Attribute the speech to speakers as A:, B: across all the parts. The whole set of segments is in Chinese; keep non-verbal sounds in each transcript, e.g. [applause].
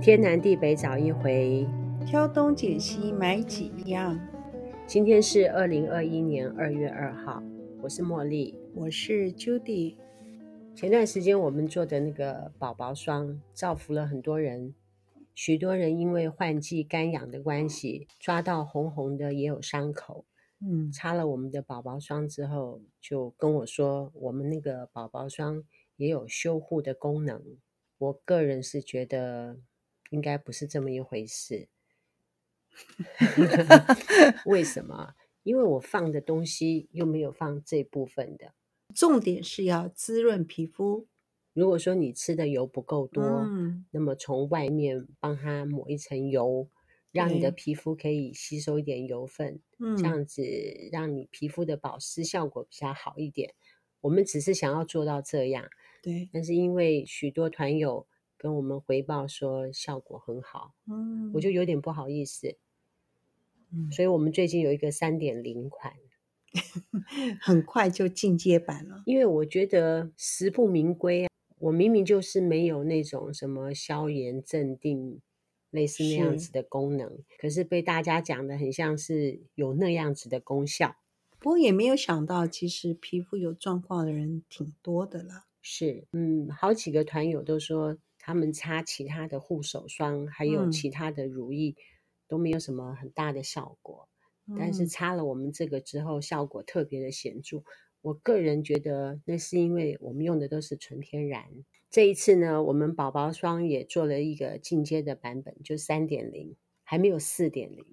A: 天南地北找一回。
B: 挑东拣西买几样。
A: 今天是二零二一年二月二号，我是茉莉。
B: 我是 Judy，
A: 前段时间我们做的那个宝宝霜，造福了很多人。许多人因为换季干痒的关系，抓到红红的也有伤口。
B: 嗯，
A: 擦了我们的宝宝霜之后，就跟我说，我们那个宝宝霜也有修护的功能。我个人是觉得应该不是这么一回事。 [laughs] 为什么？因为我放的东西又没有放这部分的。
B: 重点是要滋润皮肤。
A: 如果说你吃的油不够多，
B: 嗯，
A: 那么从外面帮它抹一层油，让你的
B: 对
A: 皮肤可以吸收一点油分，
B: 嗯
A: 这样子让你皮肤的保湿效果比较好一点。我们只是想要做到这样，
B: 对，
A: 但是因为许多团友跟我们回报说效果很好，
B: 嗯，
A: 我就有点不好意思。
B: 嗯
A: 所以我们最近有一个三点零款，
B: 很快就进阶版了。
A: 因为我觉得食不明归啊，我明明就是没有那种什么消炎镇定类似那样
B: 是
A: 子的功能，可是被大家讲的很像是有那样子的功效。
B: 不过也没有想到，其实皮肤有状况的人挺多的啦。
A: 是，嗯，好几个团友都说他们擦其他的护手霜，还有
B: 嗯
A: 其他的乳液、都没有什么很大的效果，但是
B: 嗯
A: 擦了我们这个之后，效果特别的显著。我个人觉得那是因为我们用的都是纯天然。这一次呢，我们宝宝霜也做了一个进阶的版本，就三点零，还没有四点零。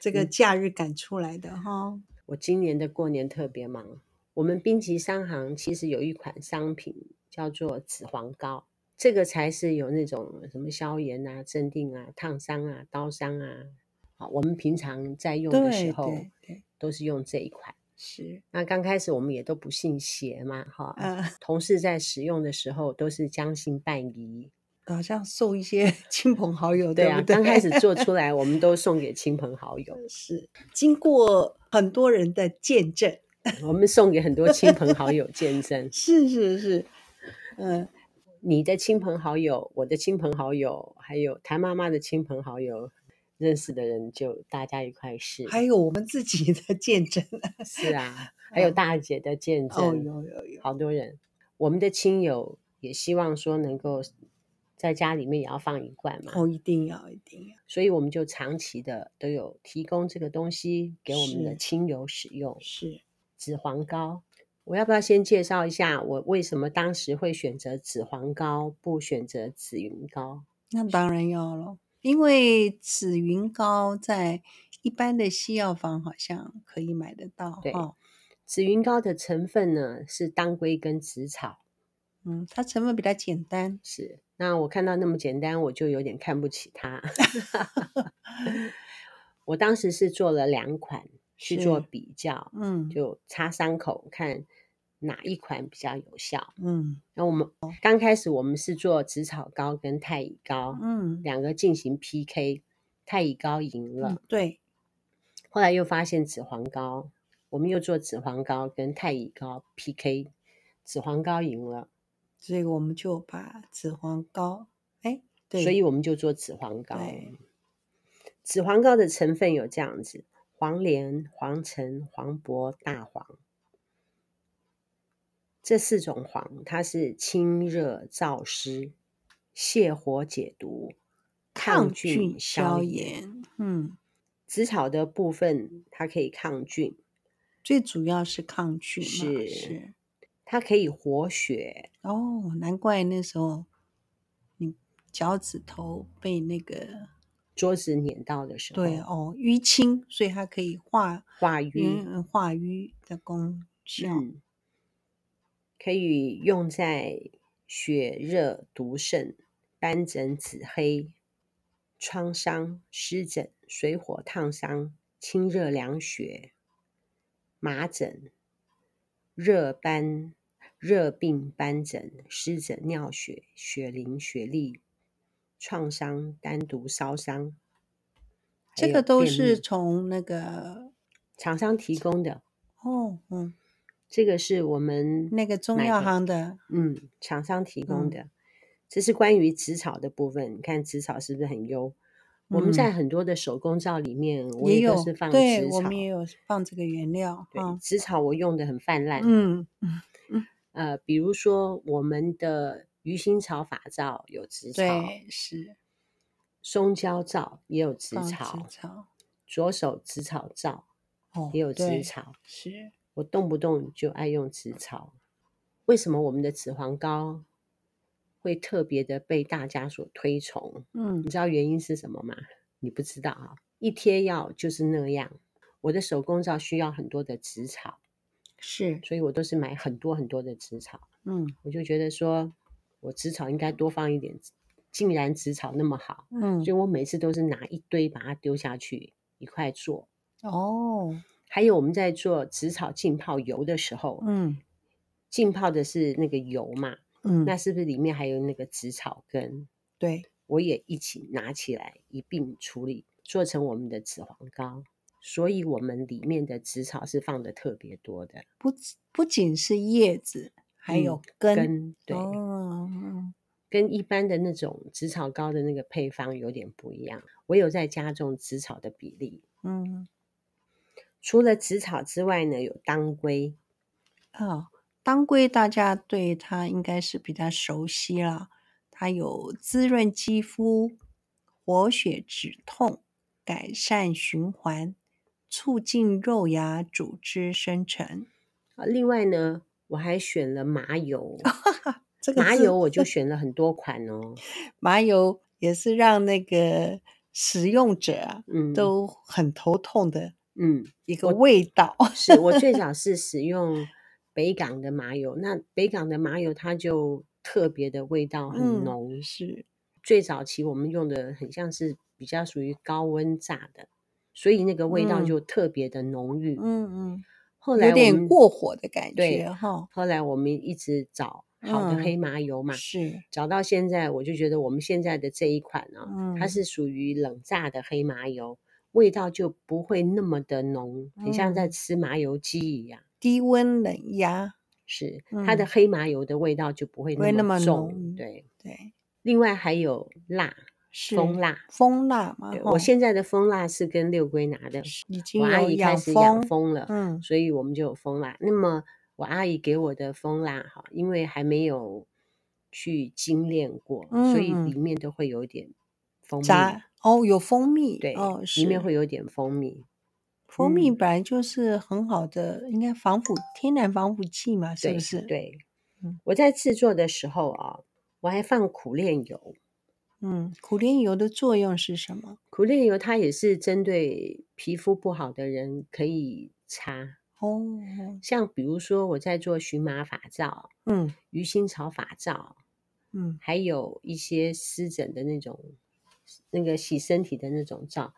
B: 这个假日赶出来的哈、
A: 我今年的过年特别忙，我们滨崎商行其实有一款商品叫做紫黄膏，这个才是有那种什么消炎啊、镇定啊、烫伤啊、刀伤啊。好，我们平常在用的时
B: 对
A: 候
B: 对对，
A: 都是用这一款。
B: 是，
A: 那刚开始我们也都不信邪嘛，哈，
B: 呃，
A: 同事在使用的时候都是将信半疑。
B: 好像送一些 [laughs] 亲朋好友，
A: 对
B: 对
A: 啊，
B: 不对？
A: 刚开始做出来，我们都送给亲朋好
B: [laughs]
A: 友，
B: 是 [laughs] 经过很多人的见证，
A: 我们送给很多亲朋好友见证。
B: 是是是，嗯、
A: 你的亲朋好友、我的亲朋好友，还有谭妈妈的亲朋好友，认识的人就大家一块试。
B: 还有我们自己的见证，
A: 是
B: [laughs]
A: 啊，还有
B: 嗯
A: 大姐的见
B: 哦，
A: 证，
B: 有有有，
A: 好多人。我们的亲友也希望说能够在家里面也要放一罐嘛，
B: 哦，一定要一定要，
A: 所以我们就长期的都有提供这个东西给我们的
B: 是
A: 亲友使用。
B: 是，
A: 紫黄膏。我要不要先介绍一下我为什么当时会选择紫黄膏，不选择紫云膏？
B: 那当然要咯，因为紫云膏在一般的西药房好像可以买得到
A: 对
B: 哈、哦，
A: 紫云膏的成分呢是当归跟紫草，
B: 嗯，它成分比较简单，
A: 是。那我看到那么简单，我就有点看不起它。 [laughs] 我当时是做了两款去做
B: 是
A: 比较，
B: 嗯
A: 就擦伤口看哪一款比较有效。
B: 嗯
A: 那我们刚开始我们是做紫草膏跟太乙膏，
B: 嗯
A: 两个进行 PK，太乙膏赢了。
B: 嗯，对，
A: 后来又发现紫黄膏，我们又做紫黄膏跟太乙膏 PK，紫黄膏赢了，
B: 所以我们就把紫黄膏，哎，对，
A: 所以我们就做紫黄膏
B: 对。
A: 紫黄膏的成分有这样子：黄连、黄橙、黄柏、大黄。这四种黄，它是清热燥湿、泻火解毒、
B: 抗
A: 菌
B: 菌
A: 消
B: 消
A: 炎。
B: 炎，嗯，
A: 紫草的部分，它可以抗菌，
B: 最主要是抗菌嘛，
A: 是
B: 是
A: 它可以活血，
B: 哦，难怪那时候你脚趾头被那个
A: 桌子碾到的时候，
B: 对哦淤青，所以它可以化
A: 化
B: 嗯
A: 瘀，
B: 呃化瘀的功效。
A: 嗯，可以用在血热毒肾、斑疹、紫黑、创伤、湿疹、水火烫伤、清热凉血、麻疹、热斑、热病斑疹、湿疹、尿血、血淋、血痢、创伤、单独烧伤。还
B: 这
A: 有
B: 个都
A: 便
B: 是
A: 秘
B: 从那个
A: 厂商提供的，
B: 哦嗯
A: 这个是我们
B: 那个中
A: 买
B: 药
A: 的
B: 行的
A: 嗯，厂商提供
B: 嗯
A: 的。这是关于紫草的部分。你看紫草是不是很优？我们在
B: 嗯
A: 很多的手工皂里面，我
B: 也
A: 都
B: 有
A: 是放
B: 对，
A: 紫
B: 我
A: 草。
B: 们也有放这个原料
A: 对
B: 啊，，
A: 紫草我用的很泛滥。
B: 嗯
A: 呃，比如说我们的鱼腥草法皂有紫草，
B: 对，是
A: 松胶皂也有紫
B: 放
A: 草
B: 紫，嗯草，
A: 左手紫草皂
B: 哦，
A: 也有紫
B: 对
A: 草。
B: 是，
A: 我动不动就爱用紫草。为什么我们的紫黄膏会特别的被大家所推崇？
B: 嗯
A: 你知道原因是什么吗？你不知道啊？一贴药就是那样。我的手工皂需要很多的紫草，
B: 是，
A: 所以我都是买很多很多的紫草。
B: 嗯
A: 我就觉得说，我紫草应该多放一点。竟然紫草那么好，
B: 嗯
A: 所以我每次都是拿一堆把它丢下去一块做。
B: 哦，
A: 还有我们在做紫草浸泡油的时候，
B: 嗯
A: 浸泡的是那个油嘛，
B: 嗯，
A: 那是不是里面还有那个紫草根？
B: 对，
A: 我也一起拿起来一并处理，做成我们的紫黄膏。所以我们里面的紫草是放的特别多的，
B: 不止不仅是叶子，还有
A: 嗯
B: 根，
A: 跟对、
B: 哦，嗯
A: 跟一般的那种紫草膏的那个配方有点不一样。我有在加重紫草的比例，
B: 嗯
A: 除了紫草之外呢，有当归，
B: 哦，当归大家对它应该是比较熟悉啦，它有滋润肌肤、活血止痛、改善循环、促进肉芽组织生成。
A: 啊另外呢，我还选了麻油，
B: 哦这个
A: 麻
B: 字
A: 油我就选了很多款哦，
B: 麻油也是让那个使用者啊
A: 嗯，
B: 都很头痛的
A: 嗯，
B: 一个味道。 [laughs]
A: 是我最早是使用北港的麻油，那北港的麻油它就特别的味道很
B: 嗯
A: 浓。
B: 是，
A: 最早期我们用的很像是比较属于高温炸的，所以那个味道
B: 嗯
A: 就特别的浓郁。
B: 嗯
A: 后
B: 嗯，
A: 来
B: 有
A: 我
B: 点
A: 们
B: 过火的感
A: 对
B: 觉哈。
A: 后来我们一直找好的
B: 嗯
A: 黑麻油嘛，
B: 是，
A: 找到现在，我就觉得我们现在的这一款啊，它
B: 嗯
A: 是属于冷榨的黑麻油，味道就不会那么的浓，很像在
B: 嗯
A: 吃麻油鸡一样。
B: 低温冷压，
A: 是它的
B: 嗯
A: 黑麻油的味道就不会
B: 不会那
A: 么
B: 么
A: 重。
B: 浓
A: 对，
B: 对，
A: 另外还有辣，
B: 是
A: 蜂蜡。
B: 蜂蜡嘛
A: 对，
B: 吼
A: 我现在的蜂蜡是跟六龟拿的，
B: 已经
A: 我阿
B: 有
A: 姨开
B: 养
A: 始养
B: 蜂，
A: 蜂了，
B: 嗯
A: 所以我们就有蜂蜡。那么我阿姨给我的蜂蜡哈，因为还没有去精炼过，所以
B: 嗯
A: 里
B: 嗯，
A: 面都会有一点蜂蜜，
B: 炸哦有蜂蜜，
A: 对，
B: 哦
A: 里面
B: 是
A: 会有一点蜂蜜，
B: 蜂蜜
A: 嗯
B: 本来就是很好的，应该防腐天然防腐剂嘛，是
A: 对
B: 不是？，
A: 对
B: 嗯。
A: 我在制作的时候啊，我还放苦楝油，
B: 嗯，苦楝油的作用是什么？
A: 苦楝油它也是针对皮肤不好的人可以擦，
B: 哦，
A: 像比如说我在做荨麻法皂、
B: 嗯
A: 鱼腥草法皂，
B: 嗯
A: 还有一些湿疹的那种那个洗身体的那种皂，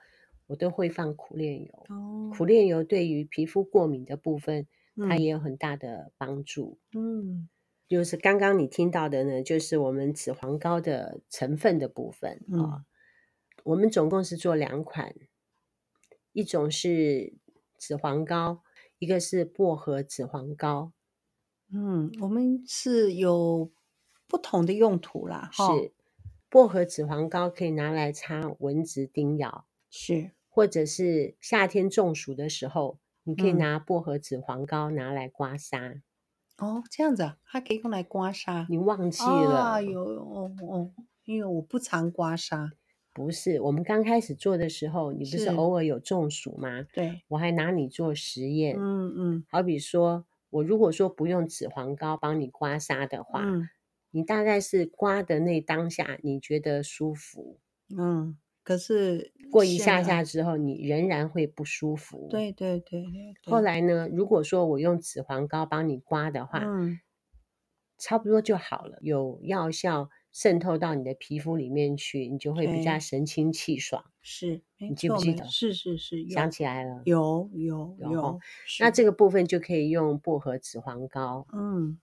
A: 我都会放苦楝油。
B: 哦，
A: 苦楝油对于皮肤过敏的部分，它
B: 嗯
A: 也有很大的帮助。
B: 嗯
A: 就是刚刚你听到的呢，就是我们紫黄膏的成分的部分啊、
B: 嗯
A: 我们总共是做两款，一种是紫黄膏，一个是薄荷紫黄膏，
B: 嗯，我们是有不同的用途啦，哈，
A: 是薄荷紫黄膏可以拿来擦蚊子叮咬，
B: 是，
A: 或者是夏天中暑的时候，你可以
B: 嗯
A: 拿薄荷紫黄膏拿来刮痧。
B: 哦，这样子啊，它可以用来刮痧。
A: 你忘记
B: 啊，
A: 了？
B: 有哦哦，因为我不常刮痧，
A: 不是，我们刚开始做的时候，你不是
B: 是
A: 偶尔有中暑吗？
B: 对，
A: 我还拿你做实验，
B: 嗯嗯
A: 好比说，我如果说不用紫黄膏帮你刮痧的话，
B: 嗯
A: 你大概是刮的那当下你觉得舒服，
B: 嗯，可是
A: 过一
B: 现
A: 下
B: 在
A: 下，之后你仍然会不舒服。。
B: 对对对对对，
A: 后来呢，如果说我用紫黄膏帮你刮的话，
B: 嗯
A: 差不多就好了，有药效渗透到你的皮肤里面去，你就会比较
B: 对
A: 神清气爽。
B: 是没
A: 你记不
B: 错，
A: 记
B: 没
A: 得
B: 是是是有
A: 想起来了，
B: 有有
A: 有哦
B: 有，
A: 那
B: 是
A: 这个部分就可以用薄荷紫黄膏，
B: 嗯，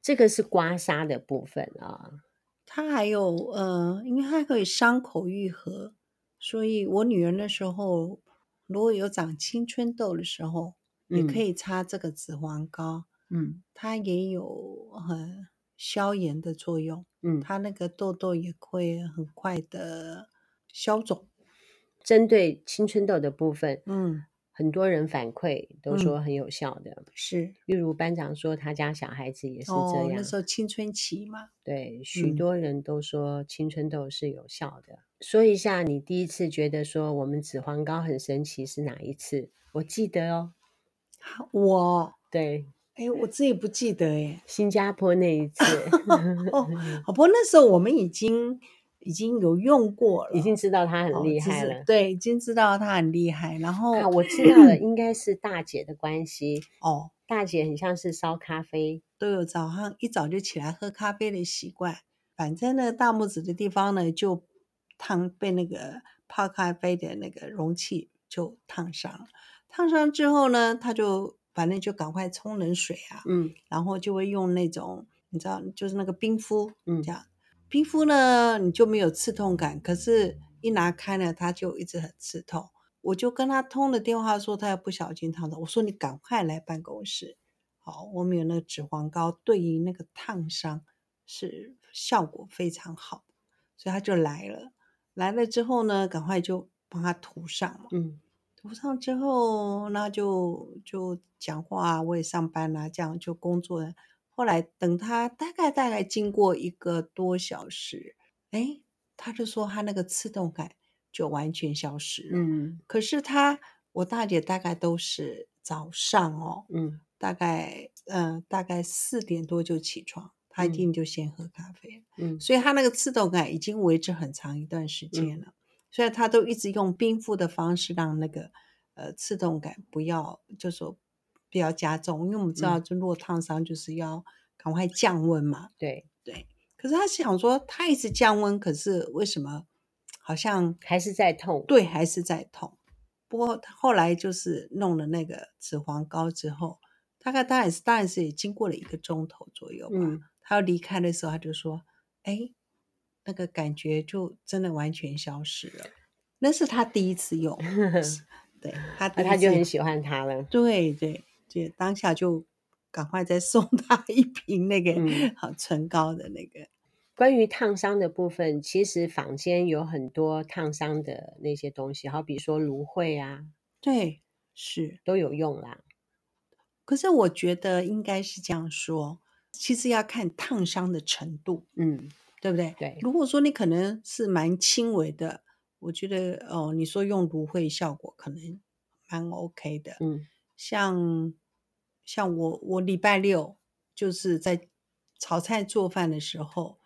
A: 这个是刮痧的部分啊。
B: 它还有呃，因为它可以伤口愈合，所以我女儿那时候如果有长青春痘的时候，也可
A: 嗯
B: 以擦这个紫黄膏。
A: 嗯，
B: 它也有呃消炎的作用，
A: 嗯，
B: 它那个痘痘也会很快的消肿。
A: 针对青春痘的部分，
B: 嗯，
A: 很多人反馈都
B: 嗯
A: 说很有效的。
B: 是
A: 例如班长说他家小孩子也是
B: 哦，
A: 这样，
B: 那时候青春期嘛，
A: 对，许
B: 嗯
A: 多人都说青春痘是有效的。说一下你第一次觉得说我们紫黄膏很神奇是哪一次？我记得哦，
B: 我
A: 对，
B: 哎，我自己不记得哎。
A: 新加坡那一次 [laughs]
B: 哦，好不过那时候我们已经已经有用过了，
A: 已经知道它
B: 哦
A: 很厉
B: 只
A: 害
B: 是
A: 了。
B: 对，已经知道它很厉害。然后
A: 啊，我知道了，
B: [clears throat]
A: 应该是大姐的关系。
B: 哦，
A: 大姐很像是烧咖啡，
B: 都有早上一早就起来喝咖啡的习惯。反正那个大拇指的地方呢，就烫被那个泡咖啡的那个容器就烫伤了。烫伤之后呢，他就反正就赶快冲冷水啊，
A: 嗯
B: 然后就会用那种你知道，就是那个冰敷，
A: 嗯
B: 这样冰敷呢，你就没有刺痛感，可是一拿开呢，它就一直很刺痛。我就跟他通了电话，说他要不小心烫到，我说你赶快来办公室。好，我们有那个脂肪膏，对于那个烫伤是效果非常好，所以他就来了。来了之后呢，赶快就帮他涂上嘛。
A: 嗯
B: 涂上之后，那就就讲话啊，我也上班啦、这样就工作了。后来等他大概大概经过一个多小时，哎，他就说他那个刺痛感就完全消失了。
A: 嗯
B: 可是他，我大姐大概都是早上哦，
A: 嗯
B: 大概嗯、呃大概四点多就起床，她一
A: 嗯
B: 定就先喝咖啡了。
A: 嗯
B: 所以他那个刺痛感已经维持很长一段时间了，所以他都一直用冰敷的方式让那个呃刺痛感不要，就说不要加重，因为我们知道，就落烫伤就是要赶快降温嘛，
A: 对，
B: 对。可是他想说，他一直降温，可是为什么好像
A: 还是在痛。
B: 对，还是在痛。不过他后来就是弄了那个紫黄膏之后，大概当然是当然是也经过了一个钟头左右吧。
A: 嗯
B: 他要离开的时候，他就说：“哎，那个感觉就真的完全消失了。”那是他第一次用，对他
A: [laughs]
B: 第
A: 那
B: 一
A: 他就
B: 次
A: 很喜欢它了。
B: 对对对，当下就赶快再送 [laughs] 他一瓶那个
A: 嗯
B: 好、唇膏的那个，
A: 关于烫伤的部分，其实坊间有很多烫伤的那些东西，好比说芦荟啊，
B: 对，是
A: 都有用啦。
B: 可是我觉得应该是这样说，其实要看烫伤的程度，
A: 嗯，
B: 对不对？
A: 对
B: 如果说你可能是蛮轻微的，我觉得哦，你说用芦荟效果可能蛮 OK 的。
A: 嗯
B: 像像我我礼拜六就是在炒菜做饭的时候，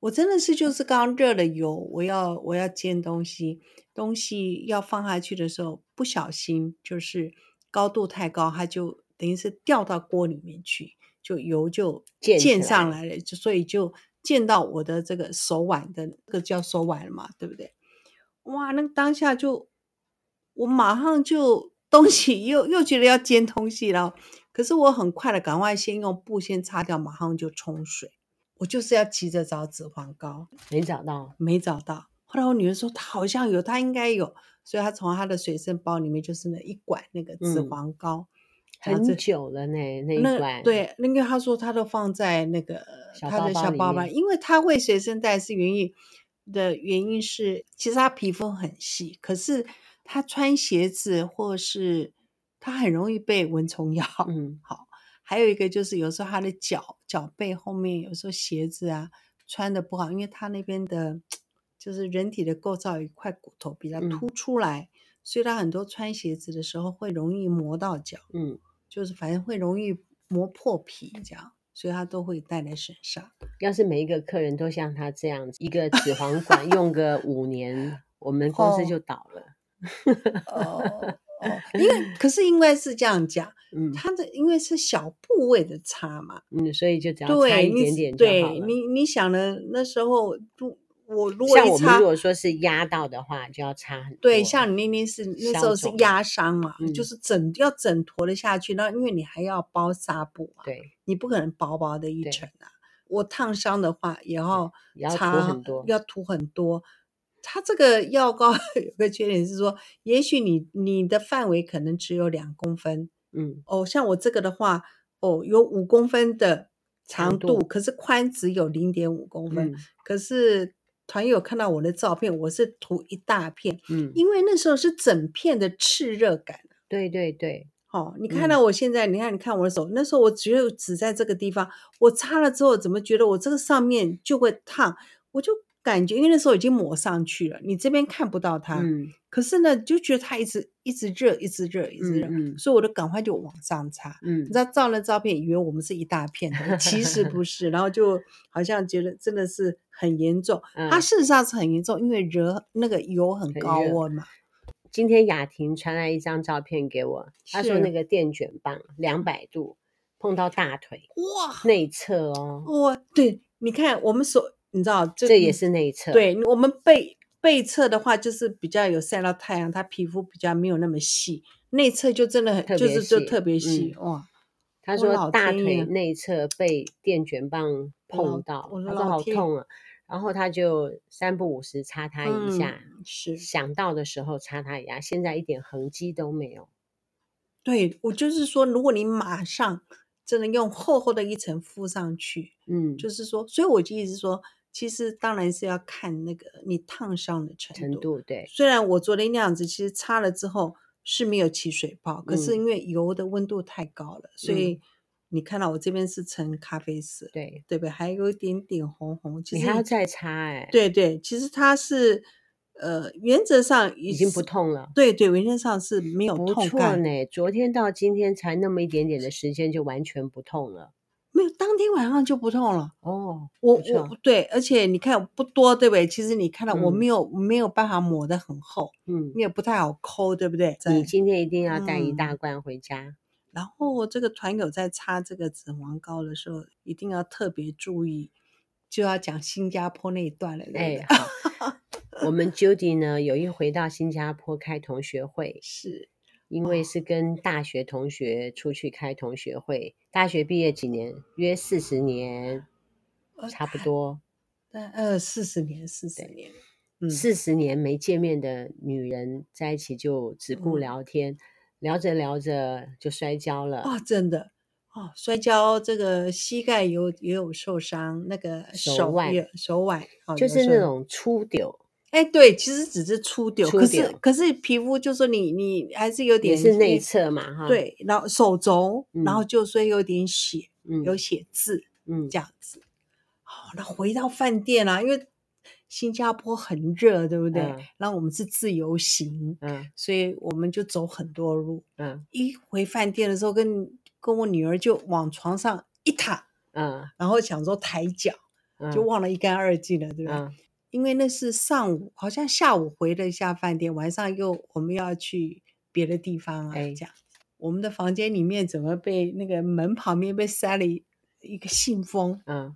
B: 我真的是就是刚热了油，我要我要煎东西，东西要放下去的时候，不小心就是高度太高，它就等于是掉到锅里面去，就油就
A: 溅起
B: 溅
A: 来
B: 上
A: 了
B: 来了，就所以就溅到我的这个手腕的，这个叫手腕了嘛，对不对？哇，那当下就我马上就东西 [laughs] 又又觉得要煎东西了，可是我很快的赶快先用布先擦掉，马上就冲水。我就是要急着找紫黄膏，
A: 没找到。
B: 没找到。后来我女儿说她好像有，她应该有，所以她从她的随身包里面就是那一管那个紫
A: 嗯
B: 黄膏，然后
A: 很
B: 这
A: 久了呢，那一
B: 那
A: 罐。，
B: 对，那个他说他都放在那个
A: 小
B: 他
A: 包
B: 的
A: 包
B: 小
A: 里
B: 包包，
A: 面
B: 因为他会随身带是原因的原因是，其实他皮肤很细，可是他穿鞋子或是他很容易被蚊虫咬。
A: 嗯
B: 还有一个就是有时候他的脚脚背后面，有时候鞋子啊穿的不好，因为他那边的就是人体的构造有一块骨头比较
A: 嗯
B: 凸出来，所以他很多穿鞋子的时候会容易磨到脚。
A: 嗯，
B: 就是反正会容易磨破皮这样，所以他都会带在身上。
A: 要是每一个客人都像他这样，一
B: [laughs]
A: 个紫黄管用个五年，我们公司
B: 哦
A: 就倒了。
B: 哦哦， [laughs] 因为可是因为是这样讲，
A: 嗯
B: 他的因为是小部位的擦嘛，
A: 嗯，所以就只要擦
B: 对
A: 一
B: 你
A: 点点就好
B: 对
A: 了。
B: 你你想的那时候，如我如果
A: 像
B: 一
A: 我们
B: 擦
A: 如，果说是压到的话，就要擦很多。
B: 对，像你那天是那时
A: 消
B: 候是
A: 肿
B: 压伤嘛，
A: 嗯
B: 就是整要整坨的下去，那因为你还要包纱布啊，
A: 对，
B: 你不可能薄薄的一
A: 对
B: 层啊。我烫伤的话，也要
A: 也要涂
B: 擦
A: 很多
B: 要涂很多。它这个药膏 [laughs] 有个缺点是说，也许你你的范围可能只有两公分
A: 嗯
B: 哦，像我这个的话，哦，有五公分的长度，可是宽只有零点五公分。
A: 嗯
B: 可是团友看到我的照片，我是涂一大片，
A: 嗯，
B: 因为那时候是整片的炽热感。
A: 对对对，
B: 哦，你看到
A: 嗯
B: 我现在，你看，你看我的手，那时候我只有只在这个地方，我擦了之后，怎么觉得我这个上面就会烫？我就感觉，因为那时候已经抹上去了，你这边看不到它，
A: 嗯
B: 可是呢，就觉得它一直一直热，一直热，一直热，
A: 嗯嗯
B: 所以我就赶快就往上擦。
A: 嗯
B: 你知道照了照片，以为我们是一大片的，其实
A: [laughs]
B: 不是，然后就好像觉得真的是很严重。
A: 嗯，
B: 它事实上是很严重，因为热那个油很
A: 很
B: 高
A: 热
B: 温嘛，
A: 今天雅婷传来一张照片给我，她说
B: 是
A: 那个电卷棒两百度碰到大腿
B: 哇，
A: 内侧哦，
B: 哇，对，你看我们所你知道，这
A: 这也是内侧，，
B: 嗯对我们背背侧的话，就是比较有晒到太阳，它皮肤比较没有那么细，内侧就真的很
A: 特
B: 就
A: 别
B: 是就
A: 细嗯
B: 特别细、哇。
A: 她
B: 我
A: 说
B: 老
A: 大
B: 天
A: 腿
B: 爷
A: 内侧被电卷棒
B: 老
A: 碰到
B: 我，
A: 她
B: 的
A: 说
B: 老
A: 好
B: 天
A: 痛啊，然后她就三不五时擦它一下，
B: 嗯是
A: 想到的时候擦它一下，现在一点痕迹都没有，
B: 对我就是说，如果你马上真的用厚厚的一层敷上去，
A: 嗯，
B: 就是说，所以我就一直说，其实当然是要看那个你烫伤的程
A: 程度对，
B: 虽然我昨天那样子，其实擦了之后是没有起水泡，可是
A: 嗯
B: 因为油的温度太高了，所以你看到我这边是呈咖啡色，
A: 对，
B: 对不对？还有一点点红红。其
A: 你
B: 实
A: 还要
B: 你
A: 再擦哎，，
B: 对对，其实它是呃，原则上
A: 已
B: 已
A: 经不。痛了。
B: 对对，原则上是没有
A: 不
B: 哦痛
A: 错
B: 感，
A: 呢，昨天到今天才那么一点点的时间就完全不痛了。
B: 没有当天晚上就不痛了。
A: 哦，
B: 我
A: 不错
B: 我对，而且你看不多，对不对？其实你看到我
A: 嗯
B: 没有、没有办法抹得很厚，
A: 嗯，
B: 你也不太好抠，对不对？在
A: 你今天一定要带一
B: 嗯
A: 大罐回家。
B: 然后这个团友在擦这个脂肪膏的时候，一定要特别注意，就要讲新加坡那一段了，对不对？ [laughs]
A: 哎，好，我们 Judy 呢有一回到新加坡开同学会，
B: 是
A: 因为是跟大学同学出去开同学会，大学毕业几年，约四十年，
B: 呃
A: 差不多
B: 但呃四十年，四十年，嗯
A: 四十年没见面的女人在一起就只顾
B: 嗯
A: 聊天，聊着聊着就摔跤了。
B: 哇，真的哦，摔跤这个膝盖有也有受伤，那个
A: 手
B: 手
A: 腕
B: 也手腕哦
A: 就
B: 有
A: 是
B: 受
A: 那种粗丢，
B: 哎对，其实只是粗丢，
A: 粗
B: 可是
A: 丢
B: 可是皮肤就说你你还是有
A: 也
B: 点
A: 是内
B: 一
A: 侧嘛，哈，，
B: 对，然后手肘，
A: 嗯
B: 然后就说有点血，
A: 嗯
B: 有血渍，
A: 嗯
B: 这样子。好、那回到饭店啊啦、因为新加坡很热，对不对？
A: 嗯
B: 然后我们是自由行，
A: 嗯
B: 所以我们就走很多路。
A: 嗯
B: 一回饭店的时候跟，跟我女儿就往床上一躺，
A: 嗯
B: 然后想说抬脚，
A: 嗯，
B: 就忘了一干二净了，对不对？
A: 嗯
B: 因为那是上午，好像下午回了一下饭店，晚上又我们要去别的地方啊，
A: 哎
B: 这样。我们的房间里面怎么被那个门旁边被塞了一一个信封，
A: 嗯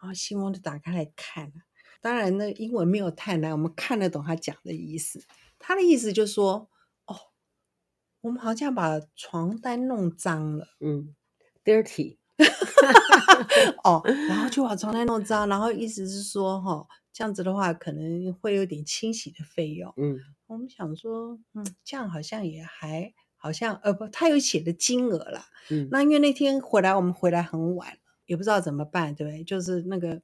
B: 然后信封就打开来看了。当然呢，英文没有太难，我们看得懂他讲的意思。他的意思就是说，哦，我们好像把床单弄脏了。
A: 嗯，dirty，
B: 哦，然后就把床单弄脏，然后意思是说，哈、这样子的话可能会有点清洗的费用。
A: 嗯
B: 我们想说，嗯，这样好像也还好像，呃，不，他有写的金额啦。
A: 嗯
B: 那因为那天回来，我们回来很晚了，也不知道怎么办，对不对？就是那个，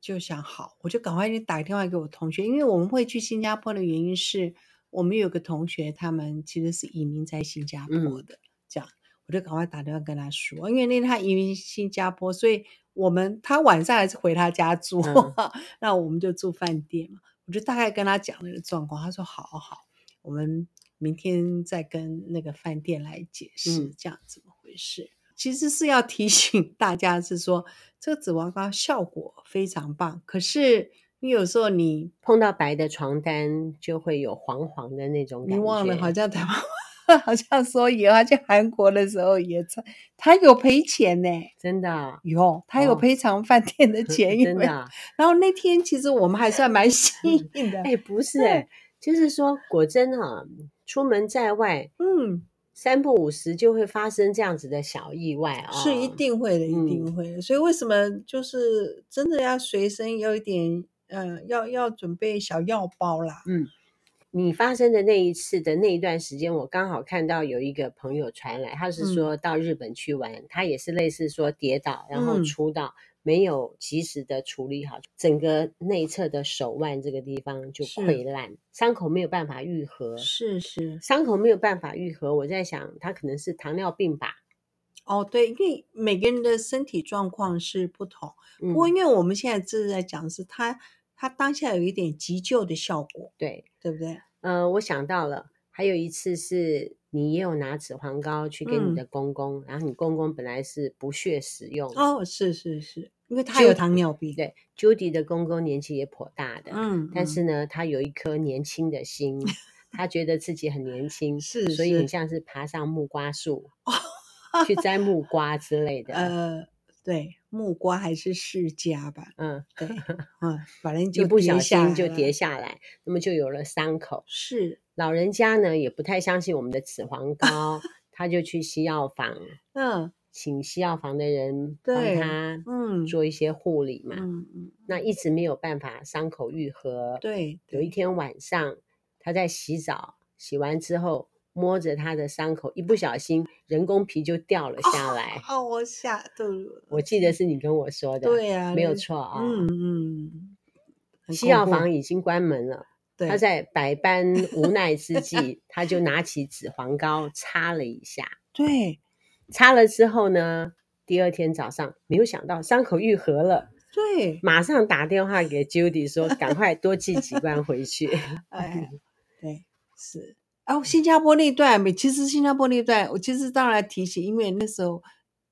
B: 就想好，我就赶快去打电话给我同学，因为我们会去新加坡的原因是我们有个同学，他们其实是移民在新加坡
A: 嗯
B: 的，这样我就赶快打电话跟他说，因为那天他移民新加坡，所以我们他晚上还是回他家住，
A: 嗯
B: [laughs] 那我们就住饭店嘛，我就大概跟他讲那个状况，他说好好。我们明天再跟那个饭店来解释
A: 嗯
B: 这样怎么回事。其实是要提 [laughs] 醒大家，是说这个紫王膏效果非常棒，可是你有时候你
A: 碰到白的床单就会有黄黄的那种感
B: 你
A: 觉，
B: 忘了，好像台湾 [laughs] 好像说也好像韩国的时候也差，他有赔钱呢、
A: 真的啊，
B: 有，他有
A: 哦
B: 赔偿饭店的钱，因
A: 真
B: 为
A: 的啊，
B: 然后那天其实我们还算
A: [laughs]
B: 蛮幸运的，
A: 哎，不是哎，就是说果真哈，出门在外
B: 嗯，
A: 三不五时就会发生这样子的小意外啊，
B: 是一，定会的，一
A: 嗯
B: 定会的。所以为什么就是真的要随身有一点，呃，要要准备小药包啦。
A: 嗯。你发生的那一次的那一段时间，我刚好看到有一个朋友传来，他
B: 嗯
A: 是说到日本去玩，他也是类似说跌倒，然后
B: 嗯
A: 出道、没有及时的处理好，整个内侧的手腕这个地方就是溃烂，伤口没有办法愈合，
B: 是是，
A: 伤口没有办法愈合。我在想，他可能是糖尿病吧。
B: 哦，对，因为每个人的身体状况是不同。
A: 嗯
B: 不，过，因为我们现在这是在讲的是它，它当下有一点急救的效果，
A: 对，
B: 对不对？
A: 呃，我想到了，还有一次是你也有拿脂肪膏去给
B: 嗯
A: 你的公公，然后你公公本来是不屑使用，
B: 哦，是是是，因为他
A: 就
B: 有糖尿病。，
A: 对，Judy 的公公年纪也颇大的，
B: 嗯，
A: 但
B: 嗯
A: 是呢，他有一颗年轻的心，他觉得自己很年轻，
B: 嗯是
A: 所以很
B: 是哦
A: 像是爬上木瓜树去摘木瓜之类的。
B: [laughs] 呃，对，木瓜还是世家吧？
A: 嗯， [laughs]
B: 对，嗯，反正
A: 一
B: 就
A: 不
B: 跌
A: 小
B: 下
A: 心就
B: 来
A: 跌
B: 了
A: 下来，那么就有了伤口。
B: 是，
A: 老人家呢也不太相信我们的脂
B: [laughs]
A: 肪膏，他就去西药房，
B: 嗯
A: 请西药房的人帮
B: 对
A: 他
B: 嗯
A: 做一些护理嘛。
B: 嗯嗯，
A: 那一直没有办法伤口愈合，
B: 对，
A: 有一
B: 对
A: 天晚上，他在洗澡，洗完之后摸着他的伤口，一不小心人工皮就掉了下来。
B: 哦，我吓对，
A: 我记得是你跟我说的，
B: 对啊
A: 没有
B: 那
A: 错啊。
B: 嗯嗯，很
A: 西
B: 恐
A: 药
B: 怖
A: 房已经关门了，
B: 对
A: 他在百般无奈之
B: [laughs]
A: 际，他就拿起脂肪膏擦了一下，
B: 对
A: 擦了之后呢，第二天早上没有想到伤口愈合了。
B: 对，
A: 马上打电话给 Judy 说，赶快多寄几罐回去。
B: [laughs] 哎，对，是。哦，新加坡那段，每其实新加坡那段，我其实当然提醒，因为那时候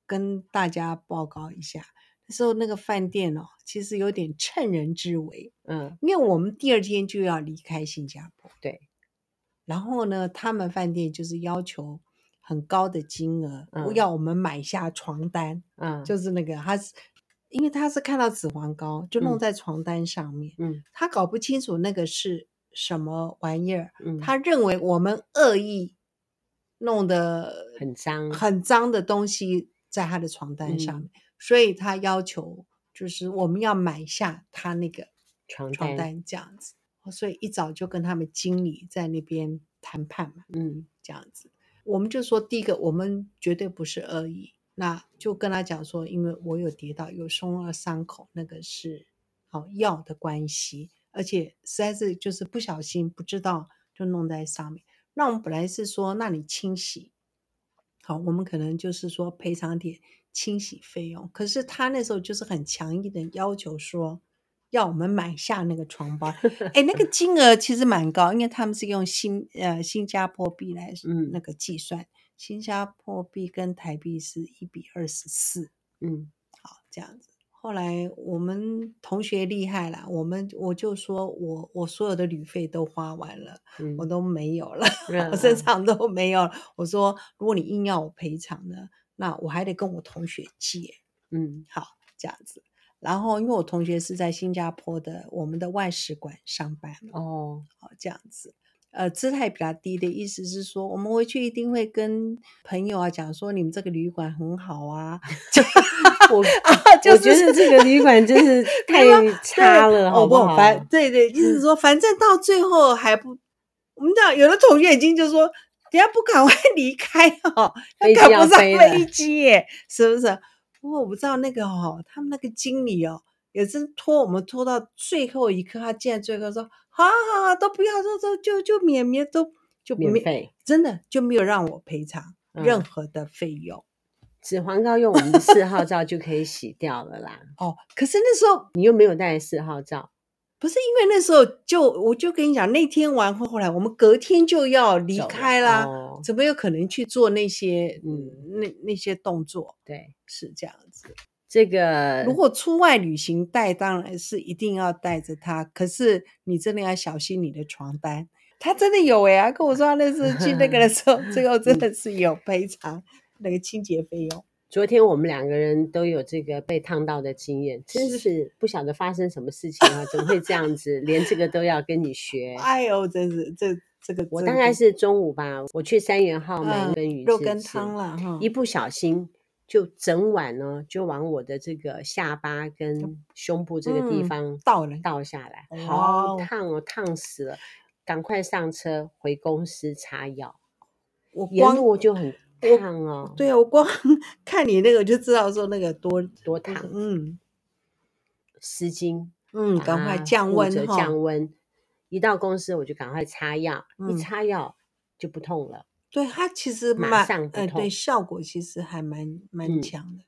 B: 跟大家报告一下，那时候那个饭店哦，其实有点趁人之危，
A: 嗯，
B: 因为我们第二天就要离开新加坡，
A: 对，
B: 然后呢，他们饭店就是要求很高的金额，
A: 嗯
B: 要我们买下床单，
A: 嗯，
B: 就是那个他是，因为他是看到脂肪膏就弄
A: 嗯
B: 在床单上面，
A: 嗯
B: 他搞不清楚那个是什么玩意儿，
A: 嗯，
B: 他认为我们恶意弄得
A: 很脏，嗯
B: 很脏的东西在他的床单上面，所以他要求就是我们要买下他那个
A: 床单，
B: 床单这样子，哦所以一早就跟他们经理在那边谈判嘛，
A: 嗯
B: 这样子。我们就说，第一个，我们绝对不是恶意，那就跟他讲说，因为我有跌倒，有松了伤口，那个是好药的关系，而且实在是就是不小心不知道就弄在上面。那我们本来是说，那你清洗，好，我们可能就是说赔偿点清洗费用。可是他那时候就是很强硬的要求说，要我们买下那个床包。哎，那个金额其实蛮高，因为他们是用新呃新加坡币来
A: 嗯
B: 那个计算，新加坡币跟台币是一比二十四，
A: 嗯
B: 好这样子。后来我们同学厉害啦，我们我就说我我所有的旅费都花完了，
A: 嗯，
B: 我都没有了。
A: 嗯
B: 我身上都没有了。我说，如果你硬要我赔偿呢，那我还得跟我同学借 [laughs]
A: 嗯
B: 这样子。然后，因为我同学是在新加坡的我们的外使馆上班嘛，
A: 哦，
B: 哦，这样子，呃，姿态比较低的意思是说，我们回去一定会跟朋友啊讲说，你们这个旅馆很好啊， [laughs]
A: 我
B: 啊，就
A: 我
B: 是啊
A: 觉得这个旅馆真
B: [laughs]
A: 是太差了，好
B: 哦
A: 不好？嗯
B: 反对对，意思是说，反正到最后还不，我们讲有的同学已经就说，等下不赶快 [laughs] 离开哦，
A: 飞机
B: 赶
A: 要
B: 不上
A: 飞了
B: 飞机耶，是不是？不过我不知道那个哦，他们那个经理哦，也是拖我们拖到最后一刻，他竟然最后说，好好好，都不要，都都就就免免都就
A: 免
B: 没，
A: 费
B: 真的就没有让我赔偿
A: 嗯
B: 任何的费用。
A: 脂肪膏用我们的四号皂就可以洗掉了啦。
B: 哦，可是那时候
A: 你又没有带四号皂，
B: 不是因为那时候就我就跟你讲，那天完后，后来我们隔天就要离
A: 走了
B: 开啦，
A: 哦
B: 怎么有可能去做那些
A: 嗯
B: 嗯那那些动作？
A: 对，
B: 是这样子。
A: 这个
B: 如果出外旅行带，当然是一定要带着它。可是你真的要小心你的床单。他真的有哎、他跟我说他那次去那个的时候，最后真
A: 嗯
B: 的是有赔偿那个清洁费用。
A: 昨天我们两个人都有这个被烫到的经验，真
B: 是
A: 是不晓得发生什么事情啊，怎么会这样子？连这个都要跟你学。
B: [laughs] 哎呦，真是这这个
A: 我
B: 真的
A: 大概是中午吧，我去三元号买一
B: 嗯
A: 根鱼翅
B: 肉羹
A: 吃
B: 汤啦哈，
A: 一不小心就整碗呢，就往我的这个下巴跟胸部这个地
B: 嗯
A: 方
B: 到了
A: 倒下来，
B: 哇
A: 好
B: 哦
A: 烫哦，烫死了！赶快上车回公司擦药，
B: 我
A: 沿
B: 光
A: 路就很
B: 我
A: 烫哦，
B: 对啊，我光 [laughs] 看你那个就知道说那个多
A: 多烫，
B: 嗯
A: 湿巾，
B: 嗯，赶
A: 把
B: 快
A: 它
B: 降
A: 护
B: 温
A: 着
B: 哈，
A: 啊降温。一到公司我就赶快擦药，
B: 嗯
A: 一擦药就不痛了。
B: 对它其实
A: 马
B: 蛮
A: 上不
B: 呃，对
A: 痛
B: 效果其实还蛮蛮
A: 嗯
B: 强的。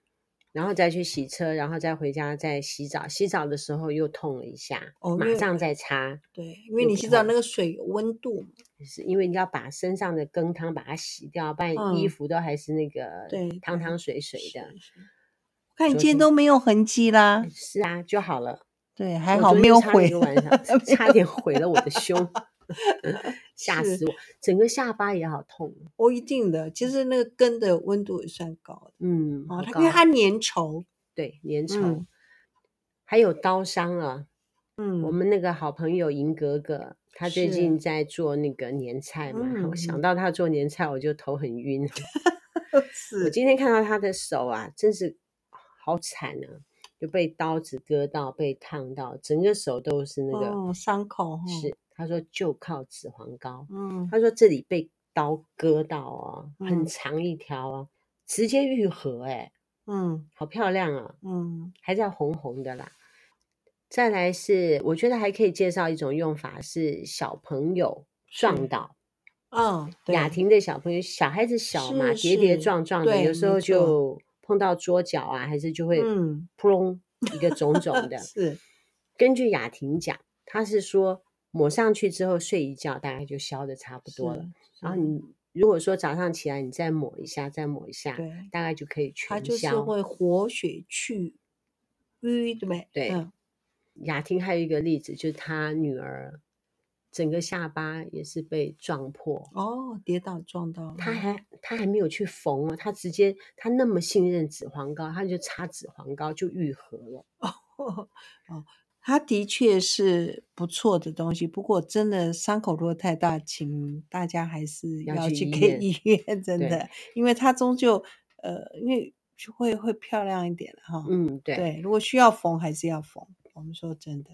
A: 然后再去洗车，然后再回家再洗澡。洗澡的时候又痛了一下，
B: 哦因
A: 马
B: 为
A: 上再擦，
B: 对，因为
A: 又
B: 你
A: 不
B: 洗澡
A: 痛
B: 那个水有温度嘛，
A: 是因为你要把身上的羹汤把它洗掉，不然衣
B: 嗯
A: 服都还是那个
B: 对
A: 汤
B: 对
A: 汤水水的。
B: 是是我看你
A: 昨
B: 今天
A: 天
B: 都没有痕迹啦，
A: 是啊，就好了。
B: 对，还
A: 我
B: 好
A: 昨
B: 没
A: 天
B: 有
A: 擦了
B: 毁
A: 一个
B: [laughs]
A: 晚上，差点毁了我的胸， [laughs] 吓
B: 是
A: 死我！整个下巴也好痛，
B: 哦，一定的，其实那个根的温度也算高的
A: 嗯，好
B: 哦，它
A: 高
B: 因为它粘稠，
A: 对粘稠，
B: 嗯
A: 还有刀伤啊。
B: 嗯，
A: 我们那个好朋友银格格，她最
B: 是
A: 近在做那个年菜嘛，我
B: 嗯
A: 想
B: 嗯
A: 到她做年菜，我就头很晕。我
B: [laughs] 是
A: 今天看到她的手啊，真是好惨啊，就被刀子割到，被烫到，整个手都是那个。
B: 哦伤口哈，
A: 是，她说就靠脂肪膏。
B: 嗯
A: 她说这里被刀割到哦，
B: 嗯
A: 很长一条哦，直接愈合、哎，
B: 嗯
A: 好漂亮啊！
B: 嗯
A: 还在红红的啦。再来是，我觉得还可以介绍一种用法是小朋友撞到
B: 嗯，
A: 雅
B: 对
A: 婷的小朋友，小孩子小嘛，
B: 是
A: 跌跌
B: 是
A: 撞撞的，
B: 对
A: 有时
B: 没
A: 候
B: 错
A: 就碰到桌角啊，还是就会
B: 嗯
A: 扑隆一个肿肿
B: [laughs]
A: 的。
B: 是
A: 根据雅婷讲，她是说抹上去之后睡一觉，大概就消的差不多了。
B: 是
A: 然后
B: 是
A: 你如果说早上起来你再抹一下，再抹一下，
B: 对
A: 大概就可以
B: 它
A: 全
B: 就是
A: 消。
B: 会活血去瘀，对不对？
A: 对
B: 嗯
A: 雅婷还有一个例子，就是她女儿整个下巴也是被撞破，
B: 哦，跌倒撞到了，
A: 她还她还没有去缝哦，她直接她那么信任紫黄膏，她就擦紫黄膏就愈合了。
B: 哦，它的确是不错的东西，不过真的伤口如果太大，请大家还是
A: 要
B: 要
A: 去
B: 去
A: 医
B: 给
A: 院
B: 医院，真
A: 对
B: 的，因为它终究呃，因为就会会漂亮一点了哈。
A: 嗯，对，
B: 对，如果需要缝还是要缝，我们说真的。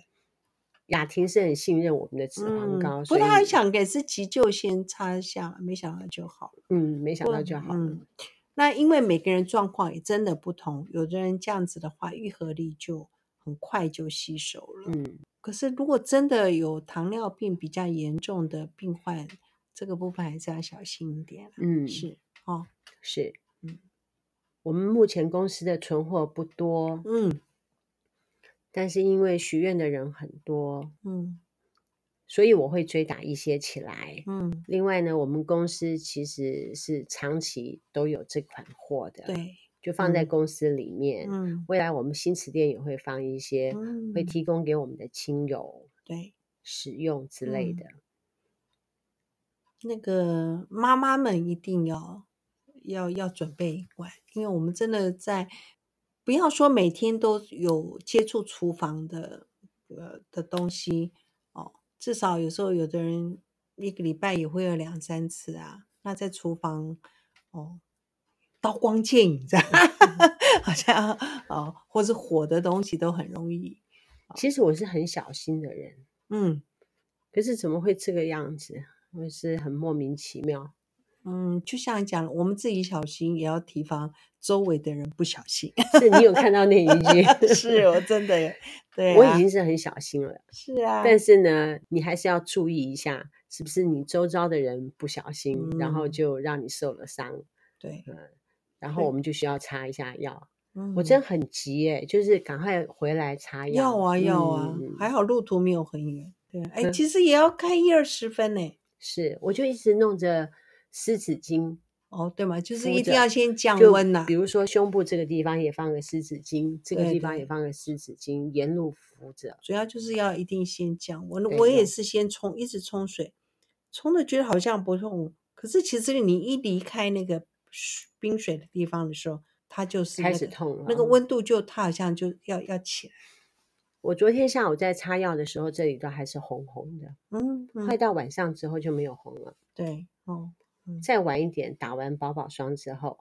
A: 雅婷是很信任我们的紫黄
B: 嗯，
A: 膏，
B: 不
A: 所
B: 过
A: 以
B: 他还想给自己就先擦一下，没想到就好了。
A: 嗯，没想
B: 不
A: 到就好了。
B: 嗯，那因为每个人状况也真的不同，有的人这样子的话，愈合力就很快就吸收了。
A: 嗯，
B: 可是如果真的有糖尿病比较严重的病患，这个部分还是要小心一点啦。
A: 嗯
B: 是哦，
A: 是，
B: 嗯
A: 我们目前公司的存货不多，
B: 嗯
A: 但是因为许愿的人很多，
B: 嗯
A: 所以我会追打一些起来。
B: 嗯，
A: 另外呢，我们公司其实是长期都有这款货的，，
B: 对，
A: 就放在
B: 嗯
A: 公司里面。
B: 嗯
A: 未来我们新词店也会放一些，会
B: 嗯，
A: 提供给我们的亲友
B: 对，
A: 使用之类
B: 嗯
A: 的。
B: 那个妈妈们一定要要要准备一罐，因为我们真的在不要说每天都有接触厨房的呃的东西哦，至少有时候有的人一个礼拜也会有两三次啊。那在厨房哦，刀光剑影这样， [laughs] 好像哦，或是火的东西都很容易，
A: 其实我是很小心的人，
B: 嗯
A: 可是怎么会这个样子？我是很莫名其妙。
B: 嗯，就像你讲的，我们自己小心，也要提防周围的人不小心。
A: 是你有看到那一句？
B: [laughs]
A: [laughs]
B: 是我真的耶，对、啊，
A: 我已经是很小心了，
B: 是啊，
A: 但是呢，你还是要注意一下，是不是你周遭的人不小心，然后
B: 嗯
A: 就让你受了伤，
B: 对，
A: 然后我们就需要擦一下药。我
B: 嗯
A: 真很急哎、就是赶快回来擦药。
B: 要啊要啊，
A: 嗯
B: 还好路途没有很远，对啊，哎、其实也要开一二十分呢，
A: 是，我就一直弄着湿纸巾，
B: 哦，对嘛，就是
A: 敷
B: 一定
A: 着
B: 要先降
A: 就
B: 温呐、
A: 比如说胸部这个地方也放个湿纸巾，这个
B: 对
A: 地方也
B: 对
A: 放个湿纸巾，沿路敷着。
B: 主要就是要一定先降温。
A: 对
B: 我也
A: 要
B: 是先冲，一直冲水，冲的觉得好像不痛，可是其实你一离开那个水冰水的地方的时候，它就是、那
A: 开
B: 个、
A: 始痛了嗯
B: 那个温度就它好像就要要起来，
A: 我昨天下午在擦药的时候，这里都还是红红的，
B: 嗯，
A: 快
B: 嗯
A: 到晚上之后就没有红了。
B: 对，哦，
A: 再晚一点打完保宝霜之后，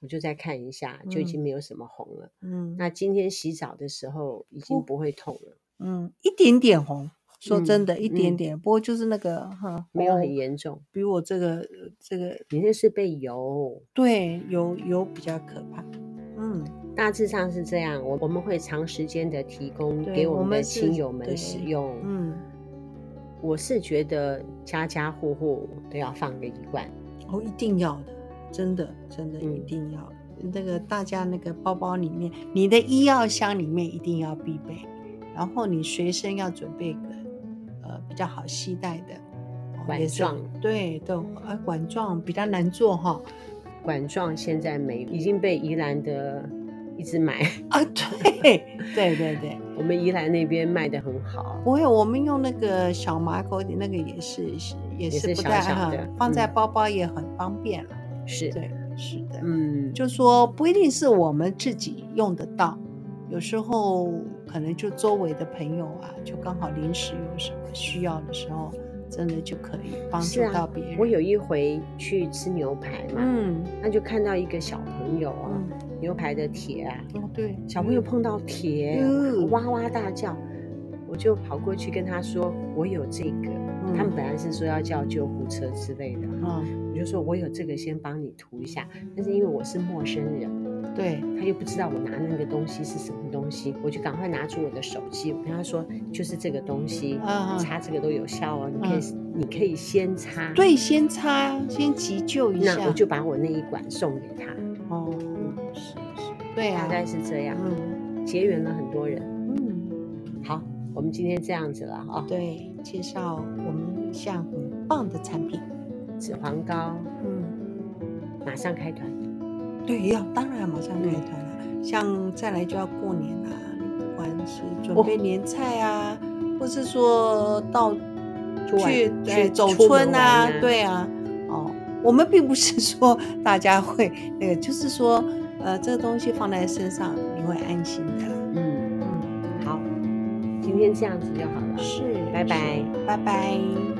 A: 我就再看一下，就已经
B: 嗯
A: 没有什么红了。
B: 嗯。哦
A: 那今天洗澡的时候已经不会痛了，
B: 嗯，一点点红，说真
A: 嗯
B: 的，一点
A: 嗯
B: 点，不过就是那个哈，
A: 没有
B: 哦
A: 很严重，
B: 比我这个这个
A: 你那是被油。
B: 对有有比较可怕。嗯，
A: 大致上是这样，我我们会长时间的提供
B: 对
A: 给我
B: 我
A: 们的
B: 们是
A: 亲友们
B: 对
A: 使用。
B: 嗯，
A: 我是觉得家家户户都要放个一罐，
B: 哦，一定要的，真的真的一
A: 嗯
B: 定要的。那个大家那个包包里面，你的医药箱里面一定要必备，然后你随身要准备个呃比较好携带的哦
A: 管
B: 也是
A: 状
B: 对对，呃，管状比较难做哈、
A: 管状现在没，已经被宜兰的一直买， [laughs]
B: 啊，对 [laughs] 对对对，
A: 我们宜兰那边卖的很好。
B: 不会，我们用那个小马口的那个也是是也
A: 也是
B: 是不
A: 小
B: 太
A: 小
B: 哈
A: 的
B: 放在
A: 嗯
B: 包包也很方便了。
A: 是，
B: 对，是的，
A: 嗯，
B: 就说不一定是我们自己用得到，有时候可能就周围的朋友啊，就刚好临时有什么需要的时候，真的就可以帮
A: 是
B: 助到
A: 啊
B: 别人。。
A: 我有一回去吃牛排嘛，
B: 嗯
A: 那就看到一个小朋友啊，
B: 嗯，
A: 牛排的铁啊，
B: 哦对，
A: 小朋友碰到铁，
B: 嗯
A: 哇哇大叫，我就跑过去跟他说我有这个。
B: 嗯
A: 他们本来是说要叫救护车之类的，
B: 啊、
A: 我就说我有这个，先帮你涂一下。但是因为我是陌生人，
B: 嗯对，
A: 他又不知道我拿那个东西是什么东西，我就赶快拿出我的手机，我跟他说就是这个东西，
B: 嗯嗯嗯
A: 擦这个都有效哦，你可以、你可以先擦。，
B: 对，啊先擦，先急救一下。
A: 那我就把我那一管送给他，
B: 哦，是是，对
A: 大
B: 啊，
A: 概是这样，
B: 嗯
A: 结缘了很多人。
B: 嗯。
A: 好，我们今天这样子了啊、
B: 对，介绍我们一项很棒的产品。
A: 紫黄膏
B: 嗯，
A: 马上开团，
B: 对，要当然马上开
A: 嗯
B: 团了、像再来就要过年啦、你不管是准
A: 哦
B: 备年菜啊，或是说到
A: 出外
B: 去
A: 去
B: 对走
A: 出门
B: 村啊
A: 玩啊，
B: 对啊，哦，我们并不是 [laughs] 说大家会那个，就是说呃，这个东西放在身上你会安心的啦。
A: 嗯，
B: 嗯，
A: 好，今天这样子就好了。
B: 是，
A: 拜
B: 是
A: 拜，
B: 拜拜。